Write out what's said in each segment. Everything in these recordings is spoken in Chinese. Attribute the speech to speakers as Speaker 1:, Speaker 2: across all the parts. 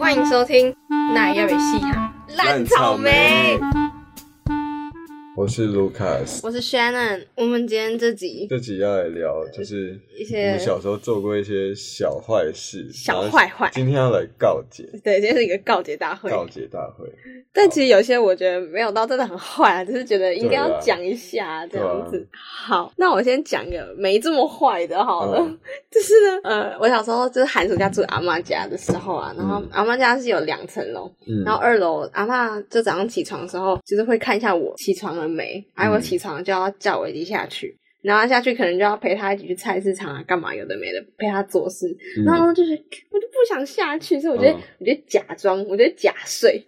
Speaker 1: 欢迎收听《那要被戏哈烂草莓》，，
Speaker 2: 我是 Lucas。
Speaker 1: 我是 Shannon。我们今天这集
Speaker 2: 这集要来聊，就是
Speaker 1: 一
Speaker 2: 我
Speaker 1: 些
Speaker 2: 们小时候做过一些小坏事，
Speaker 1: 小坏
Speaker 2: 然后
Speaker 1: 坏
Speaker 2: 今天要来告解，
Speaker 1: 对，今天是一个告解大会，
Speaker 2: 告解大会，
Speaker 1: 但其实有些我觉得没有到真的很坏啊，只是觉得应该
Speaker 2: 对
Speaker 1: 要
Speaker 2: 啊
Speaker 1: 讲一下这
Speaker 2: 对啊
Speaker 1: 样子。好，那我先讲个没这么坏的好了，
Speaker 2: 嗯
Speaker 1: 就是呢，呃，我小时候就是寒暑假住阿妈家的时候啊，然后
Speaker 2: 嗯
Speaker 1: 阿妈家是有两层楼，
Speaker 2: 嗯
Speaker 1: 然后二楼阿嬷就早上起床的时候，就是会看一下我起床了没，哎、我
Speaker 2: 嗯
Speaker 1: 起床就要叫我一起下去，然后下去可能就要陪她一起去菜市场啊，干嘛有的没的，陪她做事，
Speaker 2: 嗯
Speaker 1: 然后就是我就不想下去，所以我就、
Speaker 2: 嗯
Speaker 1: 我就假装，我就假 睡，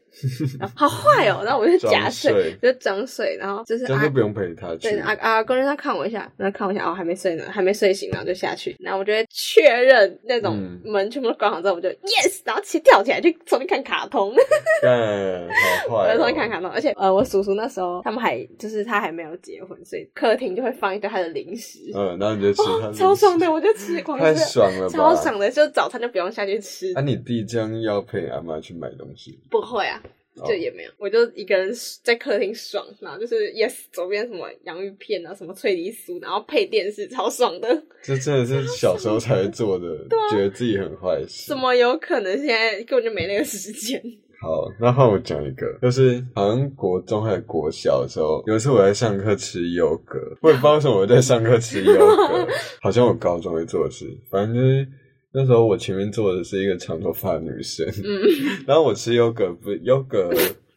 Speaker 1: 然后好坏哦，然后我就假
Speaker 2: 装
Speaker 1: 睡，
Speaker 2: 睡，
Speaker 1: 就装睡，然后就是
Speaker 2: 这样
Speaker 1: 啊
Speaker 2: 就不用陪他去
Speaker 1: 对，啊啊，工人他看我一下，然后看我一下，哦，还没睡呢，还没睡醒，然后就下去，然后我就会确认那种
Speaker 2: 嗯
Speaker 1: 门全部都关好之后，我就 yes，然后起跳起来去重新看卡通。
Speaker 2: 干，好
Speaker 1: 我
Speaker 2: 坏
Speaker 1: 就
Speaker 2: 哦，
Speaker 1: 说看看到，而且呃，我叔叔那时候他们还就是他还没有结婚，所以客厅就会放一堆他的零食，
Speaker 2: 嗯，然后你就吃
Speaker 1: 哦，
Speaker 2: 他的
Speaker 1: 超爽的，我就吃光
Speaker 2: 太
Speaker 1: 吃，
Speaker 2: 爽了吧，
Speaker 1: 超爽。的，就早餐就不用下去吃，
Speaker 2: 啊，你弟这样要陪阿妈去买东西，
Speaker 1: 不会啊，
Speaker 2: 哦
Speaker 1: 就也没有，我就一个人在客厅爽，然后就是 yes 左边什么洋芋片啊，什么脆梨酥，然后配电视，超爽的，
Speaker 2: 这真的是小时候才会做 的，
Speaker 1: 啊
Speaker 2: 觉得自己很坏事。
Speaker 1: 怎么有可能现在根本就没那个时间？
Speaker 2: 好，那换我讲一个，就是好像国中还是国小的时候，有一次我在上课吃优格，我也不知道为什么我在上课吃优 格，好像我高中会做的事，反正就是那时候我前面坐的是一个长头发的女 生，
Speaker 1: 嗯，
Speaker 2: 然后我吃优格不优格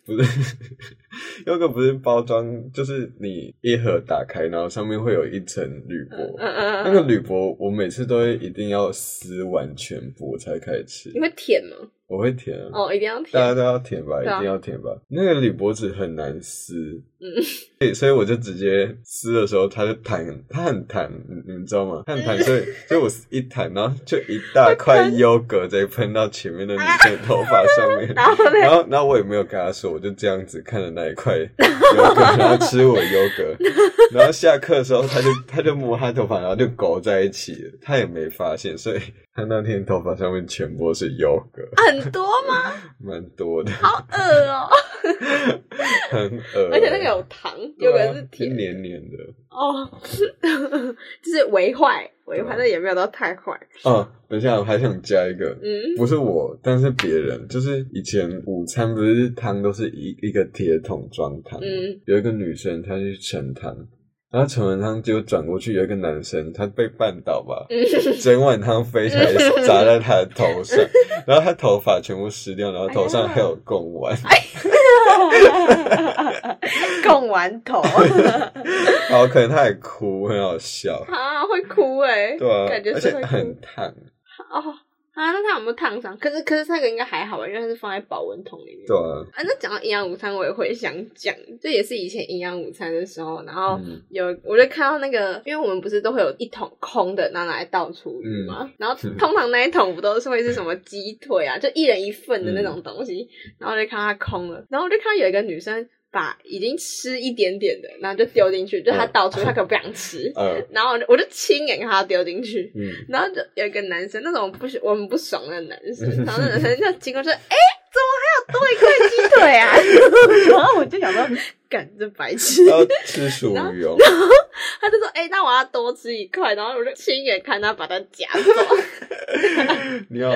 Speaker 2: 不是 优格不是包装，就是你一盒打开，然后上面会有一层铝箔。
Speaker 1: 嗯嗯
Speaker 2: 那
Speaker 1: 嗯，
Speaker 2: 个铝箔，我每次都会一定要撕完全剥才开始吃
Speaker 1: 你。会舔吗？
Speaker 2: 我会舔啊，
Speaker 1: 哦，一定要
Speaker 2: 大
Speaker 1: 舔
Speaker 2: 家，都要舔吧，一
Speaker 1: 对啊
Speaker 2: 定要舔吧。那个铝箔纸很难撕，
Speaker 1: 嗯
Speaker 2: 嗯，所以我就直接撕的时候，它就弹，它很弹，你你们知道吗？它很弹，
Speaker 1: 嗯
Speaker 2: 所以所以我一弹，然后就一大块优格直接喷到前面的女生的头发上 面。
Speaker 1: 然后呢？
Speaker 2: 然后，然后我也没有跟她说，我就这样子看着那一块优格，然后吃我优格，然后下课的时候，她就她就摸她头发，然后就勾在一起了，她也没发现，所以她那天头发上面全部都是优格，
Speaker 1: 很多吗？
Speaker 2: 蛮多的。
Speaker 1: 好恶哦、
Speaker 2: 很恶
Speaker 1: 而且那个有糖，有
Speaker 2: 对啊
Speaker 1: 个是甜
Speaker 2: 黏黏的。
Speaker 1: 哦， 就是为坏为坏，
Speaker 2: 对
Speaker 1: 但也没有到太坏。
Speaker 2: 哦，等一下，我还想加一个，
Speaker 1: 嗯，
Speaker 2: 不是我，但是别人，就是以前午餐不是汤都是一一个铁桶装汤，
Speaker 1: 嗯，
Speaker 2: 有一个女生她去盛汤，然后盛完汤结果转过去有一个男生，他被绊倒吧。
Speaker 1: 嗯
Speaker 2: 整碗汤飞起来，砸在他的头上，然后他头发全部湿掉，然后头
Speaker 1: 哎
Speaker 2: 上还有贡丸，
Speaker 1: 嗯 贡丸 头
Speaker 2: 然后可能他还哭，很好笑，
Speaker 1: 啊，会哭哎、
Speaker 2: 对啊，
Speaker 1: 感觉
Speaker 2: 而
Speaker 1: 是
Speaker 2: 且
Speaker 1: 会哭
Speaker 2: 很烫，
Speaker 1: 哦。啊，那他有没有烫伤？可是可是那个应该还好吧，因为它是放在保温桶里面。
Speaker 2: 对啊，
Speaker 1: 啊，那讲到营养午餐，我也会想讲，这也是以前营养午餐的时候，然后
Speaker 2: 嗯
Speaker 1: 有我就看到那个，因为我们不是都会有一桶空的，拿拿来倒厨余嘛，然后通常那一桶不都是会是什么鸡腿啊，就一人一份的那种东西，然后就看到它空了，然后我就看到有一个女生把已经吃一点点的，然后就丢进去，就她
Speaker 2: 嗯
Speaker 1: 倒出她可能不想吃，
Speaker 2: 呃，
Speaker 1: 然后我就我就亲眼看她丢进去，
Speaker 2: 嗯，
Speaker 1: 然后就有一个男生，那种不喜我们不爽的男生，然后那男生就经过说：“哎、怎么还有多一块鸡腿啊？” 然后我就想说，干这白痴。
Speaker 2: 要吃属于 哦，
Speaker 1: 他就说：“哎、那我要多吃一块。”然后我就亲眼看他把它夹
Speaker 2: 哎
Speaker 1: 走。
Speaker 2: 你好坏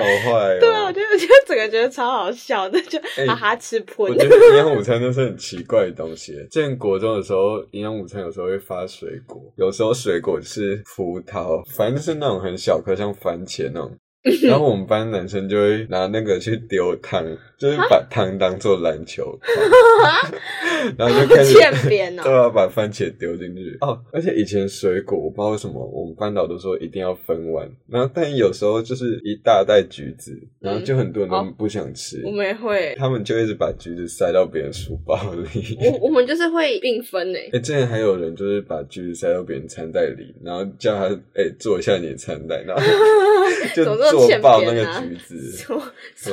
Speaker 2: 哦。
Speaker 1: 对啊，我觉得我觉得整个觉得超好笑的，就
Speaker 2: 哎
Speaker 1: 哈哈吃
Speaker 2: 我
Speaker 1: 喷。
Speaker 2: 觉得营养午餐都是很奇怪的东西。之前国中的时候，营养午餐有时候会发水果，有时候水果是葡萄，反正就是那种很小颗，像番 茄那种。然后我们班男生就会拿那个去丢汤，就是把汤当做篮 球框， 然后就开始
Speaker 1: 欠扁哦
Speaker 2: 都要把番茄丢进去哦。而且以前水果我不知道为什么，我们班导都说一定要分完，然后但有时候就是一大袋橘子，然后就很多人都
Speaker 1: 嗯
Speaker 2: 不想吃，
Speaker 1: 我们也会，
Speaker 2: 他们就一直把橘子塞到别人书包里。
Speaker 1: 我我们就是会并分诶、
Speaker 2: 哎、之前还有人就是把橘子塞到别人餐袋里，然后叫他哎、欸坐一下你的餐袋， 然后哎就
Speaker 1: 怎么这么
Speaker 2: 坐
Speaker 1: 欠
Speaker 2: 爆那
Speaker 1: 扁
Speaker 2: 个
Speaker 1: 啊
Speaker 2: 橘子。
Speaker 1: 什么
Speaker 2: 对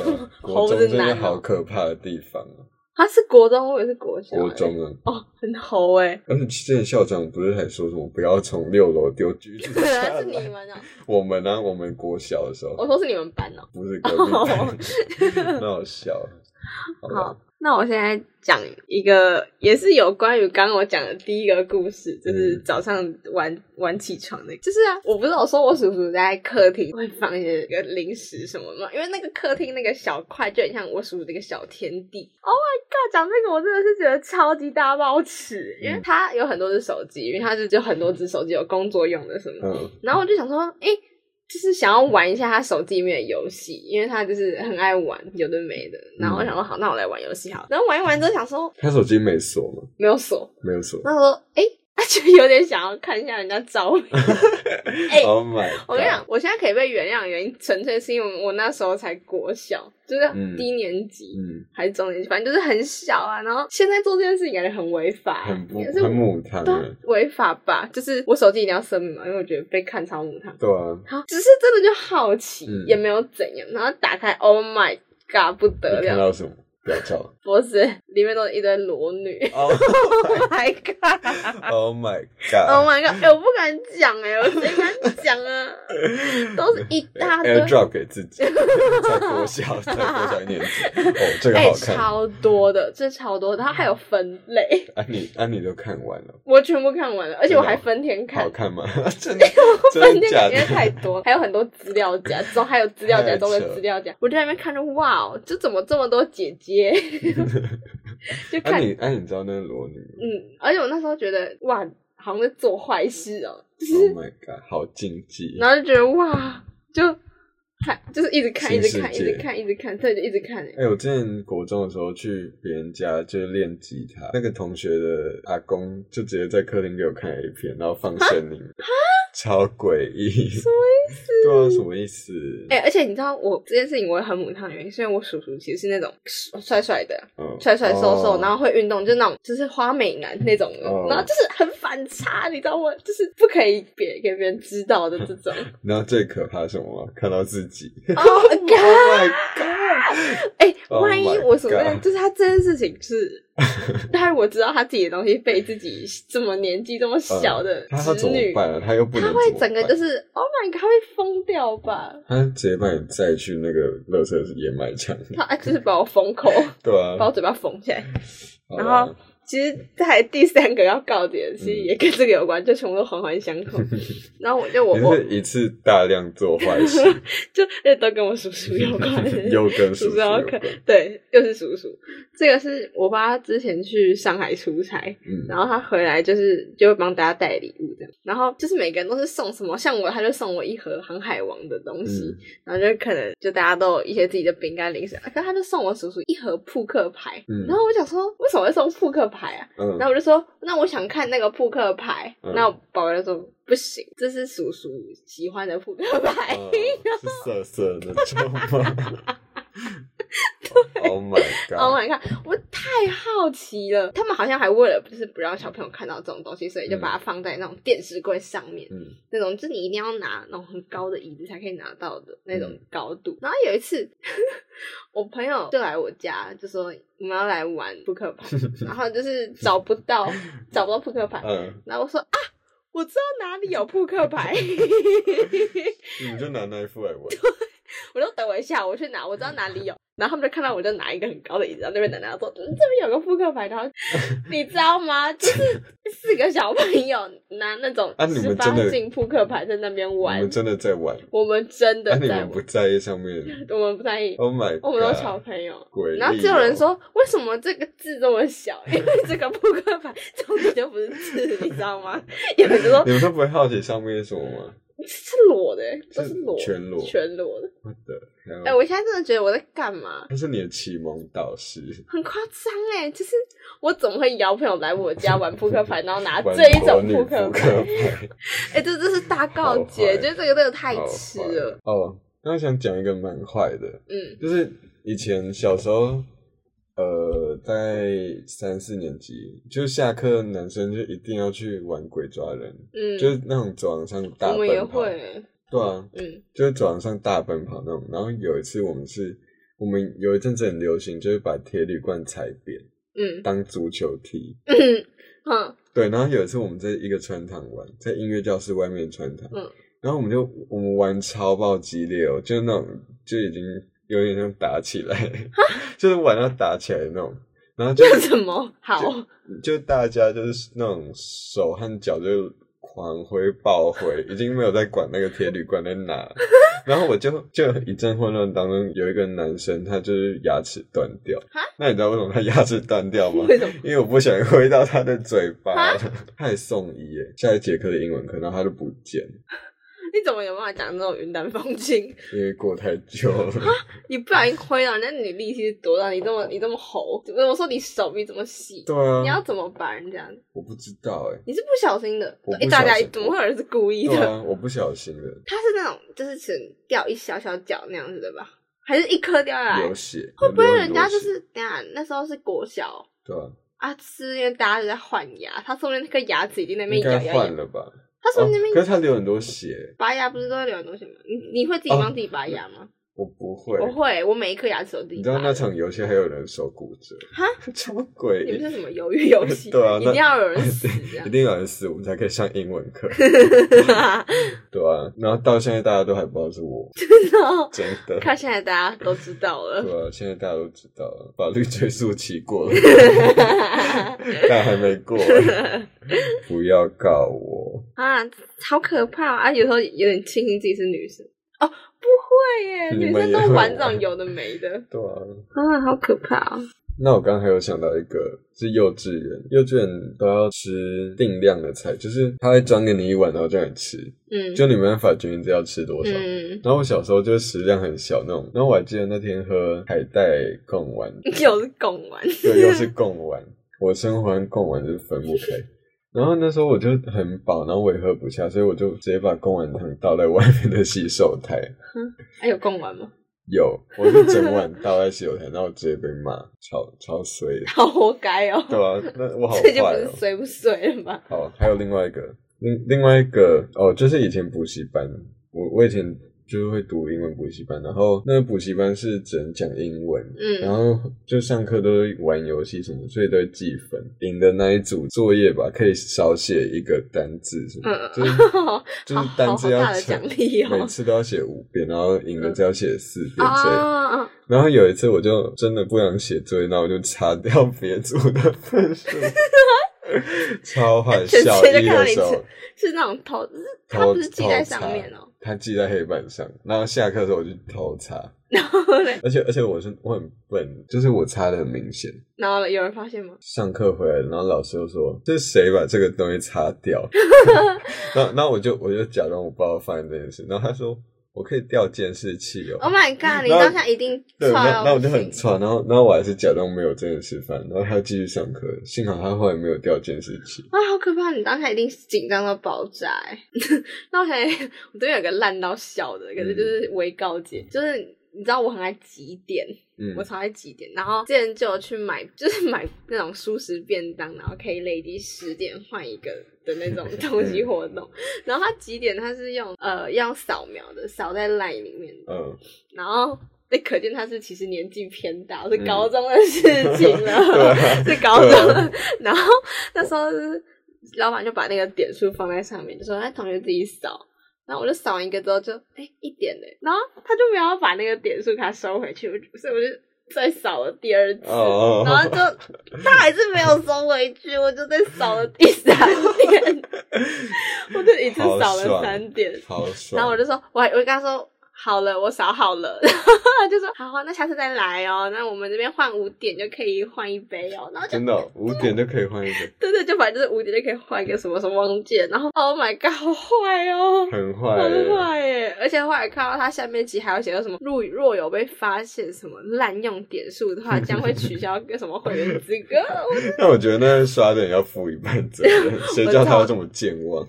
Speaker 1: 什
Speaker 2: 啊
Speaker 1: 么
Speaker 2: 国
Speaker 1: 猴
Speaker 2: 中
Speaker 1: 子
Speaker 2: 真的
Speaker 1: 男
Speaker 2: 好
Speaker 1: 哦、
Speaker 2: 可怕的地方啊！
Speaker 1: 他是国中，我也是国小、欸。
Speaker 2: 国中啊，
Speaker 1: 哦，很猴 哎、
Speaker 2: 而且之前校长不是还说什么不要从六楼丢橘子
Speaker 1: 对
Speaker 2: 下
Speaker 1: 啊，是你
Speaker 2: 来？
Speaker 1: 们啊、
Speaker 2: 我们呢、啊，我们国小的时候
Speaker 1: 我说是你们班哦、
Speaker 2: 不是隔壁 班，很好笑。好吧
Speaker 1: 好，那我现在讲一个，也是有关于刚刚我讲的第一个故事，就是
Speaker 2: 嗯
Speaker 1: 早上晚晚起床那个。就是啊，我不是有说我叔叔在客厅会放一些个零食什么吗？因为那个客厅那个小块就很像我叔叔这个小天地。Oh my god！讲这个我真的是觉得超级大爆吃，因为
Speaker 2: 嗯
Speaker 1: 他有很多只手机，因为他是就很多只手机有工作用的什么的
Speaker 2: 嗯，
Speaker 1: 然后我就想说，诶，就是想要玩一下他手机里面的游戏，因为他就是很爱玩有的没的。然后我想
Speaker 2: 嗯
Speaker 1: 说，好，那我来玩游戏好了。然后玩一玩之后想说
Speaker 2: 他手机没锁吗？
Speaker 1: 没有锁，
Speaker 2: 没有锁。
Speaker 1: 那时候诶，他就有点想要看一下人家照片。哎
Speaker 2: oh my！God
Speaker 1: 我跟你讲，我现在可以被原谅的原因，纯粹是因为我那时候才国小，就是
Speaker 2: 嗯
Speaker 1: 低年级。
Speaker 2: 嗯，
Speaker 1: 还是中年级，反正就是很小啊。然后现在做这件事情感觉很违法，
Speaker 2: 很不
Speaker 1: 也是
Speaker 2: 很母汤
Speaker 1: 对啊
Speaker 2: 啊，
Speaker 1: 违法吧？就是我手机一定要声明嘛，因为我觉得被看超母汤。
Speaker 2: 对啊，
Speaker 1: 好，只是真的就好奇，
Speaker 2: 嗯
Speaker 1: 也没有怎样。然后打开，Oh my god，不得
Speaker 2: 你看
Speaker 1: 了，
Speaker 2: 到什么？不要 吵。
Speaker 1: 不是里面都是一堆裸女
Speaker 2: Oh
Speaker 1: ，Oh my god。
Speaker 2: Oh my
Speaker 1: Oh
Speaker 2: god！
Speaker 1: my god！哎、我不敢讲哎、我谁敢讲 啊？都是一大堆，
Speaker 2: AirDrop 给自 己，才国小，才国小一年级。哦，这个
Speaker 1: 哎、
Speaker 2: 好看。
Speaker 1: 超多的，这超多的，它还有分 类，
Speaker 2: 安妮，安妮都看完了，
Speaker 1: 我全部看完了，而且我还分天看
Speaker 2: 哦好，看吗？ 真的，
Speaker 1: 分
Speaker 2: 真的
Speaker 1: 天
Speaker 2: 假
Speaker 1: 看因为太
Speaker 2: 的？
Speaker 1: 多，还有很多资料夹，中还有资料夹
Speaker 2: 太
Speaker 1: 中的
Speaker 2: 扯
Speaker 1: 资料夹，我就在那边看着，哇哦，这怎么这么多姐 姐？ 就看
Speaker 2: 安妮，安妮，你知道那个裸女 吗
Speaker 1: 嗯，而且我那时候觉得哇，好像在做坏事哦、
Speaker 2: ？Oh my god！好禁忌。
Speaker 1: 然后就觉得哇，就还就是一直看，一
Speaker 2: 新
Speaker 1: 直看，一
Speaker 2: 世界
Speaker 1: 直看，一直看，对，就一直看、欸。
Speaker 2: 哎、我之前国中的时候去别人家就是练吉他，那个同学的阿公就直接在客厅给我看 A 片，然后放声音，超诡异，什么 意思？对啊，什么意思？
Speaker 1: 哎、而且你知道我这件事情我也很母汤的原欸因，是因为我叔叔其实是那种帅帅的、
Speaker 2: 嗯
Speaker 1: 帅帅瘦瘦，
Speaker 2: 哦
Speaker 1: 然后会运动，就是那种就是花美男那种的，
Speaker 2: 哦
Speaker 1: 然后就是很反差，你知道吗？就是不可以别给别人知道的这 种。
Speaker 2: 你知道最可怕是什么吗？看到 自己
Speaker 1: 哦、oh,
Speaker 2: ，Oh my god！
Speaker 1: 哎、
Speaker 2: Oh
Speaker 1: 万一
Speaker 2: my
Speaker 1: 我所谓的
Speaker 2: God
Speaker 1: 就是他这件事情是，但是我知道他自己的东西被自己这么年纪这么小的
Speaker 2: 呃他他
Speaker 1: 侄
Speaker 2: 怎么
Speaker 1: 女，
Speaker 2: 办啊？他又不
Speaker 1: 他
Speaker 2: 能
Speaker 1: 会整个就是是 Oh my god，他会疯掉吧？
Speaker 2: 他直接把你载去那个垃圾掩埋场，
Speaker 1: 他哎就是把我封口，
Speaker 2: 对
Speaker 1: 把我
Speaker 2: 啊，
Speaker 1: 嘴巴封起来。
Speaker 2: 好
Speaker 1: 然
Speaker 2: 啦
Speaker 1: 后其实，在第三个要告解的，其实
Speaker 2: 嗯
Speaker 1: 也跟这个有关，就全部都环环相 扣。然后我就我
Speaker 2: 你
Speaker 1: 我
Speaker 2: 是一次大量做坏 事，，
Speaker 1: 就就都跟我叔叔有关
Speaker 2: 又跟
Speaker 1: 叔
Speaker 2: 叔
Speaker 1: 叔
Speaker 2: 叔
Speaker 1: 要
Speaker 2: 有
Speaker 1: 看
Speaker 2: 关，，
Speaker 1: 对，又是叔叔。这个是我爸之前去上海出差，
Speaker 2: 嗯
Speaker 1: 然后他回来就是就会帮大家带礼物这样，然后就是每个人都是送什么，像我他就送我一盒航海王的东西，
Speaker 2: 嗯
Speaker 1: 然后就可能就大家都有一些自己的饼干零食，啊可是他就送我叔叔一盒扑克牌，
Speaker 2: 嗯
Speaker 1: 然后我想说为什么会送扑克牌啊？
Speaker 2: 嗯
Speaker 1: 然后我就说，那我想看那个扑克牌。
Speaker 2: 嗯
Speaker 1: 那宝宝就说不行，这是叔叔喜欢的扑克牌。
Speaker 2: 哦是色色的那 种吗？Oh my god！
Speaker 1: Oh my god！我太好奇了，他们好像还为了就是不让小朋友看到这种东西，所以就把它放在那种电视柜上面，
Speaker 2: 嗯
Speaker 1: 那种就是你一定要拿那种很高的椅子才可以拿到的那种
Speaker 2: 嗯
Speaker 1: 高度。然后有一次， 我朋友就来我家，就说我们要来玩扑克 牌，然后就是找不到，找不到扑克牌，
Speaker 2: 嗯，
Speaker 1: 然后我说啊，我知道哪里有扑克 牌，
Speaker 2: 你们就拿那一副来玩，
Speaker 1: 我就等我一下，我去拿，我知道哪里有。然后他们就看到我就拿一个很高的椅子，然后那边奶奶说、嗯这边有个扑克牌， 然后你知道吗？就是四个小朋友拿那种
Speaker 2: 啊你
Speaker 1: 十
Speaker 2: 们
Speaker 1: 八
Speaker 2: 真的
Speaker 1: 禁扑克牌在那边
Speaker 2: 你
Speaker 1: 玩，
Speaker 2: 们真的在玩，
Speaker 1: 我们真
Speaker 2: 那
Speaker 1: 的
Speaker 2: 你
Speaker 1: 在
Speaker 2: 们
Speaker 1: 玩，
Speaker 2: 不在意上面
Speaker 1: 我们不在意，
Speaker 2: ？Oh my！
Speaker 1: 我们都是小朋友。
Speaker 2: 诡异哦
Speaker 1: 然后就有人，说，为什么这个字这么小？因为 这个扑克牌重点就不是字，你知道吗？ 有人就说
Speaker 2: 哦你们都不会好奇上面是什么吗？
Speaker 1: 是裸的、都是裸，
Speaker 2: 全裸
Speaker 1: 全裸的。
Speaker 2: 我的，天啊
Speaker 1: 哎、我现在真的觉得我在干嘛，
Speaker 2: 那是你的启蒙导师，
Speaker 1: 很夸张哎！就是我怎么会邀朋友来我家玩扑克牌，然后拿
Speaker 2: 玩
Speaker 1: 啊这一
Speaker 2: 裸
Speaker 1: 种
Speaker 2: 女
Speaker 1: 扑
Speaker 2: 克
Speaker 1: 克牌？
Speaker 2: 牌，
Speaker 1: 哎、这这是大告
Speaker 2: 好
Speaker 1: 诫，
Speaker 2: 坏
Speaker 1: 就是这个真的太
Speaker 2: 好
Speaker 1: 吃
Speaker 2: 坏
Speaker 1: 了。
Speaker 2: 哦。那我想讲一个蛮坏的，
Speaker 1: 嗯
Speaker 2: 就是以前小时候，呃，在三四年级，就下课男生就一定要去玩鬼抓人，
Speaker 1: 嗯，
Speaker 2: 就是那种走廊上大
Speaker 1: 我
Speaker 2: 奔跑，
Speaker 1: 们也会，
Speaker 2: 对啊，
Speaker 1: 嗯
Speaker 2: 就是走廊上大奔跑那种。然后有一次我们是我们有一阵子很流行，就是把铁铝罐踩扁
Speaker 1: 嗯
Speaker 2: 当足球踢。
Speaker 1: 嗯嗯
Speaker 2: 对，然后有一次我们在一个穿堂玩，在音乐教室外面穿堂，
Speaker 1: 嗯
Speaker 2: 然后我们就我们玩超爆激烈哦，就是那种就已经有点像打起来， 就是玩到打起来的那种，然后 就
Speaker 1: 这怎么好？
Speaker 2: 就大家就是那种手和脚就狂挥暴挥，已经没有在管那个铁铝罐在 哪。然后我就就一阵混乱当中，有一个男生他就是牙齿断掉
Speaker 1: 哈。
Speaker 2: 那你知道为什么他牙齿断掉吗？
Speaker 1: 为什么？
Speaker 2: 因为我不想挥到他的嘴巴
Speaker 1: 哈。
Speaker 2: 他还送医耶，下一节课的英文课，然后他就不见了，
Speaker 1: 你怎么有办法讲这种云淡风轻？
Speaker 2: 因为过太久了。
Speaker 1: 你不小心亏了，那你力气是多大？你这么你这么猴，我说你手臂这么细，
Speaker 2: 对
Speaker 1: 你要
Speaker 2: 啊，
Speaker 1: 怎么把人家？
Speaker 2: 我不知道哎。
Speaker 1: 你是不小心的，
Speaker 2: 我不
Speaker 1: 诶大家
Speaker 2: 小心
Speaker 1: 怎么会有人是故意
Speaker 2: 对
Speaker 1: 的？
Speaker 2: 啊，我不小心的，
Speaker 1: 他是那种就是只掉一小小角那样子的吧？还是一颗掉下来
Speaker 2: 流？血。
Speaker 1: 哎会不会
Speaker 2: 流很
Speaker 1: 人家
Speaker 2: 多
Speaker 1: 就
Speaker 2: 血
Speaker 1: 是等一下那时候是国小
Speaker 2: 对啊？
Speaker 1: 啊？是因为大家都在换牙，他说不定那个牙齿已经在那边
Speaker 2: 应
Speaker 1: 咬
Speaker 2: 该
Speaker 1: 咬
Speaker 2: 换
Speaker 1: 咬，
Speaker 2: 了吧？
Speaker 1: 他说不定那
Speaker 2: 哦
Speaker 1: 边
Speaker 2: 可是他流很多血，
Speaker 1: 拔牙不是都会留很多血吗？你你会自己
Speaker 2: 哦
Speaker 1: 帮自己拔牙吗？
Speaker 2: 我不会。
Speaker 1: 我会，我每一颗牙齿都自己
Speaker 2: 你知
Speaker 1: 拔
Speaker 2: 道那
Speaker 1: 的。
Speaker 2: 场游戏还有人手骨折，
Speaker 1: 哈，
Speaker 2: 什么 鬼？
Speaker 1: 你们是什么鱿鱼游戏？
Speaker 2: 对啊，
Speaker 1: 一
Speaker 2: 那
Speaker 1: 定要有人死这样
Speaker 2: 一。定要有人死，我们才可以上英文课，对啊。然后到现在大家都还不知道是我，
Speaker 1: 然 后
Speaker 2: 真的，
Speaker 1: 看现在大家都知道 了，
Speaker 2: 对啊，现在大家都知道了，法律追诉期 过了，但还没过， 不要告我。
Speaker 1: 啊，好可怕啊！有时候有点庆幸自己是女生哦，不会耶，
Speaker 2: 你
Speaker 1: 女
Speaker 2: 们
Speaker 1: 生
Speaker 2: 也
Speaker 1: 都
Speaker 2: 会啊
Speaker 1: 玩这种
Speaker 2: 玩
Speaker 1: 有的没的
Speaker 2: 对啊，
Speaker 1: 啊，好可怕哦。
Speaker 2: 那我刚刚还有想到一个是幼稚园，幼稚园都要吃定量的菜，就是他会装给你一碗，然后叫你吃，
Speaker 1: 嗯
Speaker 2: 就你没办法决定这要吃多少。
Speaker 1: 嗯，
Speaker 2: 然后我小时候就是食量很小那种，然后我还记得那天喝海带贡丸，
Speaker 1: 又是拱 完，
Speaker 2: 对，又是贡丸，我生活跟贡丸就是分不开。然后那时候我就很饱，然后我也喝不下，所以我就直接把贡丸汤倒在外面的洗手台。
Speaker 1: 还啊有拱完吗？
Speaker 2: 有，我是整碗倒在洗手台，然后我直接被骂，超超衰的。
Speaker 1: 好活该哦，
Speaker 2: 对啊，那我好
Speaker 1: 这就不
Speaker 2: 坏
Speaker 1: 是
Speaker 2: 哦。
Speaker 1: 随不随了吗？
Speaker 2: 好，还有另外一个，另另外一个哦，就是以前补习班，我我以前就是会读英文补习班，然后那个补习班是只能讲英文，然
Speaker 1: 嗯
Speaker 2: 后就上课都会玩游戏什么，所以都会记分，赢的那一组作业吧，可以少写一个单字什么，
Speaker 1: 嗯
Speaker 2: 就是
Speaker 1: 嗯，
Speaker 2: 就是单字
Speaker 1: 好好
Speaker 2: 要
Speaker 1: 大的
Speaker 2: 成
Speaker 1: 奖励哦
Speaker 2: 每次都要写五遍，然后赢的只要写四遍这样。
Speaker 1: 啊，啊
Speaker 2: 然后有一次我就真的不想写作业，然后我就擦掉别组的分数，超坏。
Speaker 1: 全世
Speaker 2: 小
Speaker 1: 界
Speaker 2: 一
Speaker 1: 看到
Speaker 2: 的
Speaker 1: 你
Speaker 2: 时候
Speaker 1: 吃，是那种头，是它
Speaker 2: 偷
Speaker 1: 不是系在上面哦，
Speaker 2: 他记在黑板上，然后下课的时候我就偷擦，
Speaker 1: 然后嘞，
Speaker 2: 而且而且我是我很笨，就是我擦的很明显。
Speaker 1: 然后嘞，有人发现吗？
Speaker 2: 上课回来，然后老师又说：“这是谁把这个东西擦掉？” 然后然后我就我就假装我不知道发生这件事，然后他说：“我可以调监视器哦。
Speaker 1: Oh my god！你
Speaker 2: 然后
Speaker 1: 当下一定
Speaker 2: 对，
Speaker 1: 踹到
Speaker 2: 那那我就
Speaker 1: 不
Speaker 2: 很
Speaker 1: 行
Speaker 2: 串，然后然后我还是假装没有这件事发生，然后他继续上课，幸好他后来没有掉监视器。
Speaker 1: 啊，好可怕！你当下一定紧张到爆炸、欸。 那我想，我这边有个烂到笑的，可是就是微告诫，就是你知道我很爱几点，
Speaker 2: 嗯
Speaker 1: 我超爱几点。然后之前就有去买，就是 买那种素食便当，然后可以累积十点换一个的那 种东西
Speaker 2: 嗯
Speaker 1: 活动。 然后它几点它是用呃要扫描的，扫在 line 里面的，
Speaker 2: 嗯，
Speaker 1: 然后。那可见他是其实年纪偏大，是高中的事情了。
Speaker 2: 嗯 对啊，
Speaker 1: 是高中
Speaker 2: 对
Speaker 1: 的。然后那时候就是老板就把那个点数放在上面，就说哎，同学自己扫。然后我就扫一个之后就哎一点嘞，然后他就没有把那个点数卡收回去，我就所以我就再扫了第二次。
Speaker 2: 哦
Speaker 1: 然后就他还是没有收回去，我就再扫了第三 点，我就一次
Speaker 2: 好
Speaker 1: 扫了
Speaker 2: 爽
Speaker 1: 三点，
Speaker 2: 好
Speaker 1: 然后我
Speaker 2: 爽，
Speaker 1: 就说，我还我跟他说好了，我扫好了， 然后他就说好啊，那下次再来哦，那我们这边换五点就可以换一杯 哦，然后就
Speaker 2: 真的哦五点就可以换一个，
Speaker 1: 对对，就反正就是五点就可以换一个什么什么忘记了，然后 Oh my god，好坏哦。
Speaker 2: 很坏欸耶，
Speaker 1: 很坏耶！而且后来看到他下面集还有写到什么，若若有被发现什么滥用点数的话，将会取消个什么会员资格。
Speaker 2: 那我觉得那刷的人要负一半责 任，谁叫他要这么健忘？
Speaker 1: 我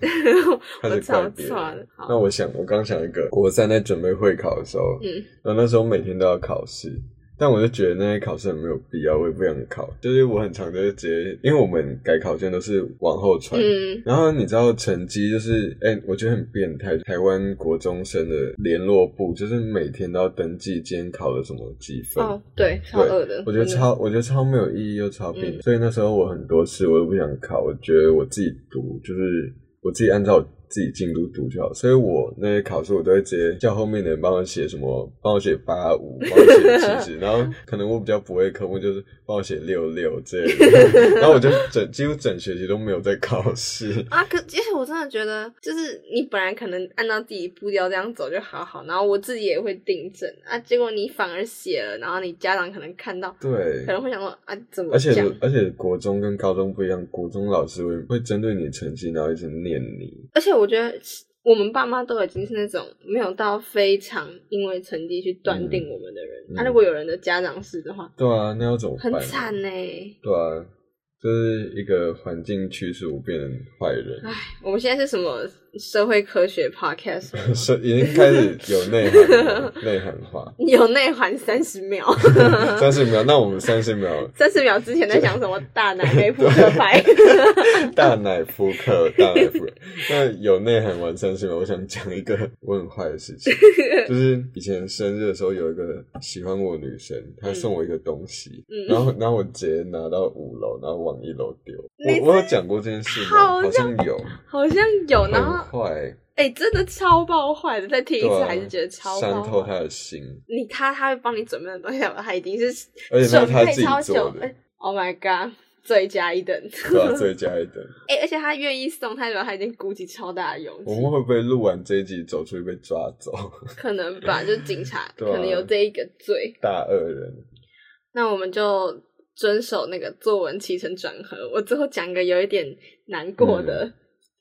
Speaker 2: 他
Speaker 1: 我
Speaker 2: 是
Speaker 1: 超
Speaker 2: 怪别
Speaker 1: 错的
Speaker 2: 人。。
Speaker 1: 好
Speaker 2: 那，我想，我刚想一个，国三在准备会考的时候，
Speaker 1: 嗯
Speaker 2: 然后那时候每天都要考试，但我就觉得那些考试很没有必要，我也不想考。就是我很常就是直接，因为我们改考卷都是往后传，
Speaker 1: 嗯，
Speaker 2: 然后你知道成绩就是，哎、我觉得很变态。台湾国中生的联络部就是每天都要登记今天考了什么几分。
Speaker 1: 哦，对，超恶的，
Speaker 2: 我觉得
Speaker 1: 真的
Speaker 2: 超，我觉得超没有意义又超变态、
Speaker 1: 嗯
Speaker 2: 所以那时候我很多次我都不想考，我觉得我自己读就是我自己按照我自己进度读就好。所以我那些考试我都会直接叫后面的人帮我写什么，帮我写八五，帮我写七十，然后可能我比较不会科目就是帮我写六六这类的， 然后我就整几乎整学期都没有在考试。
Speaker 1: 啊，可其实我真的觉得，就是你本来可能按照自己步调这样走就好好，然后我自己也会订正啊，结果你反而写了，然后你家长可能看到，
Speaker 2: 对
Speaker 1: 可，能会想说啊，怎么
Speaker 2: 而且
Speaker 1: 讲？
Speaker 2: 而且国中跟高中不一样，国中老师会会针对你的成绩，然后一直念你。
Speaker 1: 而且我觉得我们爸妈都已经是那种没有到非常因为成绩去断定我们的人，
Speaker 2: 嗯
Speaker 1: 那、啊、如果有人的家长是的话，
Speaker 2: 对啊，那要怎么办
Speaker 1: 很
Speaker 2: 呢？
Speaker 1: 惨呢、
Speaker 2: 对啊，就是一个环境驱使我变成坏人，
Speaker 1: 我们现在是什么社会科学 podcast？吗
Speaker 2: 是已经开始有内涵了，内涵化。
Speaker 1: 有内涵三十秒，
Speaker 2: 三十秒，那我们三十秒
Speaker 1: 三十秒之前在想什么大奶杯扑克 牌？
Speaker 2: 大奶扑克，大奶扑克。那有内涵完三十秒，我想讲一个我很坏的事 情，就是以前生日的时候有一个喜欢我的女生，她送我一个东西，
Speaker 1: 嗯
Speaker 2: 然后然后我直接拿到五楼，然后往一楼丢。
Speaker 1: 你
Speaker 2: 我我有讲过这件事吗？
Speaker 1: 好
Speaker 2: 好像有，
Speaker 1: 好像有，然
Speaker 2: 很
Speaker 1: 后
Speaker 2: 坏，
Speaker 1: 哎、真的超爆坏的，再听一
Speaker 2: 对
Speaker 1: 次
Speaker 2: 啊
Speaker 1: 还是觉得超
Speaker 2: 伤
Speaker 1: 爆
Speaker 2: 透
Speaker 1: 坏。
Speaker 2: 她的心。
Speaker 1: 你他他会帮你准备的东西，他已经是
Speaker 2: 而且那
Speaker 1: 准
Speaker 2: 是他
Speaker 1: 备
Speaker 2: 自己
Speaker 1: 超久
Speaker 2: 做。
Speaker 1: 哎
Speaker 2: 的，
Speaker 1: Oh my god，最佳一等。
Speaker 2: 对啊，最佳一等。
Speaker 1: 哎、而且他愿意送，他代表他已经鼓起超大的勇
Speaker 2: 我
Speaker 1: 气，
Speaker 2: 们会不会录完这一集走出去被抓走？
Speaker 1: 可能吧，就是警察
Speaker 2: 对啊
Speaker 1: 可能有这一个罪。
Speaker 2: 大恶人，
Speaker 1: 那我们就遵守那个作文起承转合。我最后讲一个有一点难过
Speaker 2: 嗯
Speaker 1: 的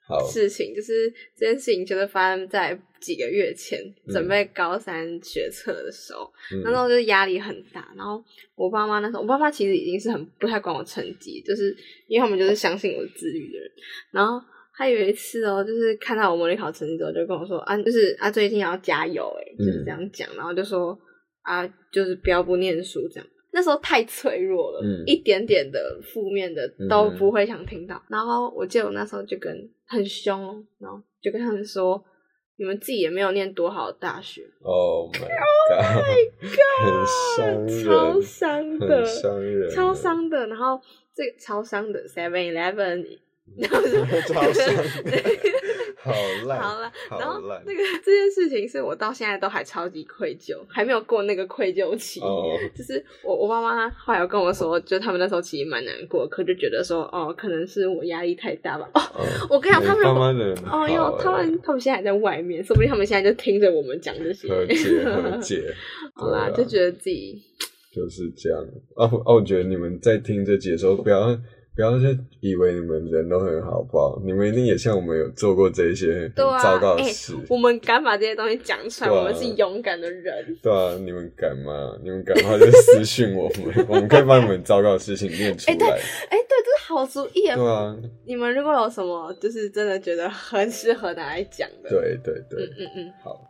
Speaker 2: 好，
Speaker 1: 事情，就是这件事情就是发生在几个月前，
Speaker 2: 嗯
Speaker 1: 准备高三学测的时候，那时
Speaker 2: 嗯
Speaker 1: 候就是压力很大。然后我爸妈那时候，我爸妈其实已经是很不太管我成绩，就是因为他们就是相信我是自律的人。然后他有一次哦，就是看到我模拟考成绩之后，就跟我说啊，就是啊，最近要加油哎、就是这
Speaker 2: 嗯
Speaker 1: 样讲。然后就说啊，就是不要不念书这样。那时候太脆弱了，
Speaker 2: 嗯
Speaker 1: 一点点的负面的都不会想听到。然后我记得我那时候就跟很凶哦，然后就跟他们说，你们自己也没有念多好的大学，
Speaker 2: ，Oh my God，很伤
Speaker 1: 超
Speaker 2: 人，
Speaker 1: 伤的
Speaker 2: 很，伤人，
Speaker 1: 超，伤的。然后这个超伤的 Seven Eleven，然后说
Speaker 2: 超伤的，好烂，
Speaker 1: 好了，
Speaker 2: 好
Speaker 1: 然后
Speaker 2: 烂
Speaker 1: 那个这件事情是我到现在都还超级愧疚，还没有过那个愧疚期。
Speaker 2: 哦，
Speaker 1: 就是我我爸妈后来有跟我说，就他们那时候其实蛮难过，可就觉得说哦，可能是我压力太大吧。哦，
Speaker 2: 哦
Speaker 1: 我跟你讲，他们如
Speaker 2: 你爸
Speaker 1: 果
Speaker 2: 妈人很好
Speaker 1: 哦哟，他们他们现在还在外面，说不定他们现在就听着我们讲这些。
Speaker 2: 和解和解，
Speaker 1: 好啦，
Speaker 2: 对啊
Speaker 1: 就觉得自己
Speaker 2: 就是这样。啊我啊，我觉得你们在听这集的时候，不要不要就以为你们人都很好，好不好？你们一定也像我们有做过这一些很
Speaker 1: 对啊
Speaker 2: 糟糕的
Speaker 1: 哎
Speaker 2: 事。
Speaker 1: 我们敢把这些东西讲出来，
Speaker 2: 对啊
Speaker 1: 我们是勇敢的人。
Speaker 2: 对啊，你们敢吗？你们敢的话就私信我们， 我们可以把你们糟糕的事情念出
Speaker 1: 哎对
Speaker 2: 来。
Speaker 1: 哎、对，这是好主意啊！
Speaker 2: 对啊，
Speaker 1: 你们如果有什么，就是真的觉得很适合拿来讲的，，
Speaker 2: 对对
Speaker 1: 嗯
Speaker 2: 对，
Speaker 1: 嗯嗯，
Speaker 2: 好，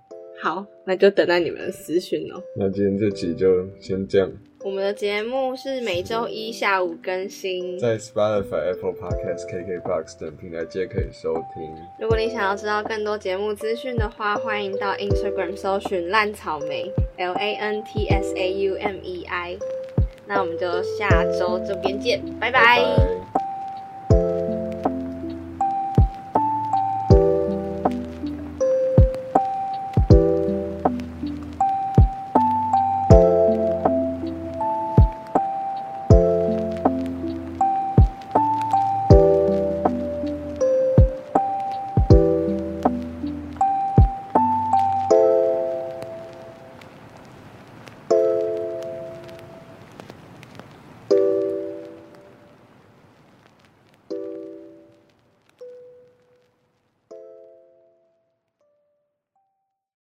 Speaker 1: 好，那就等待你们的私讯哦。
Speaker 2: 那今天这集就先这样，
Speaker 1: 我们的节目是每周一下午更新。
Speaker 2: 在 Spotify、Apple Podcast、KKBox 等平台皆可以收听。
Speaker 1: 如果你想要知道更多节目资讯的话，欢迎到 Instagram 搜寻“烂草莓 ”L A N T S A U M E I。那我们就下周这边见，拜拜
Speaker 2: 拜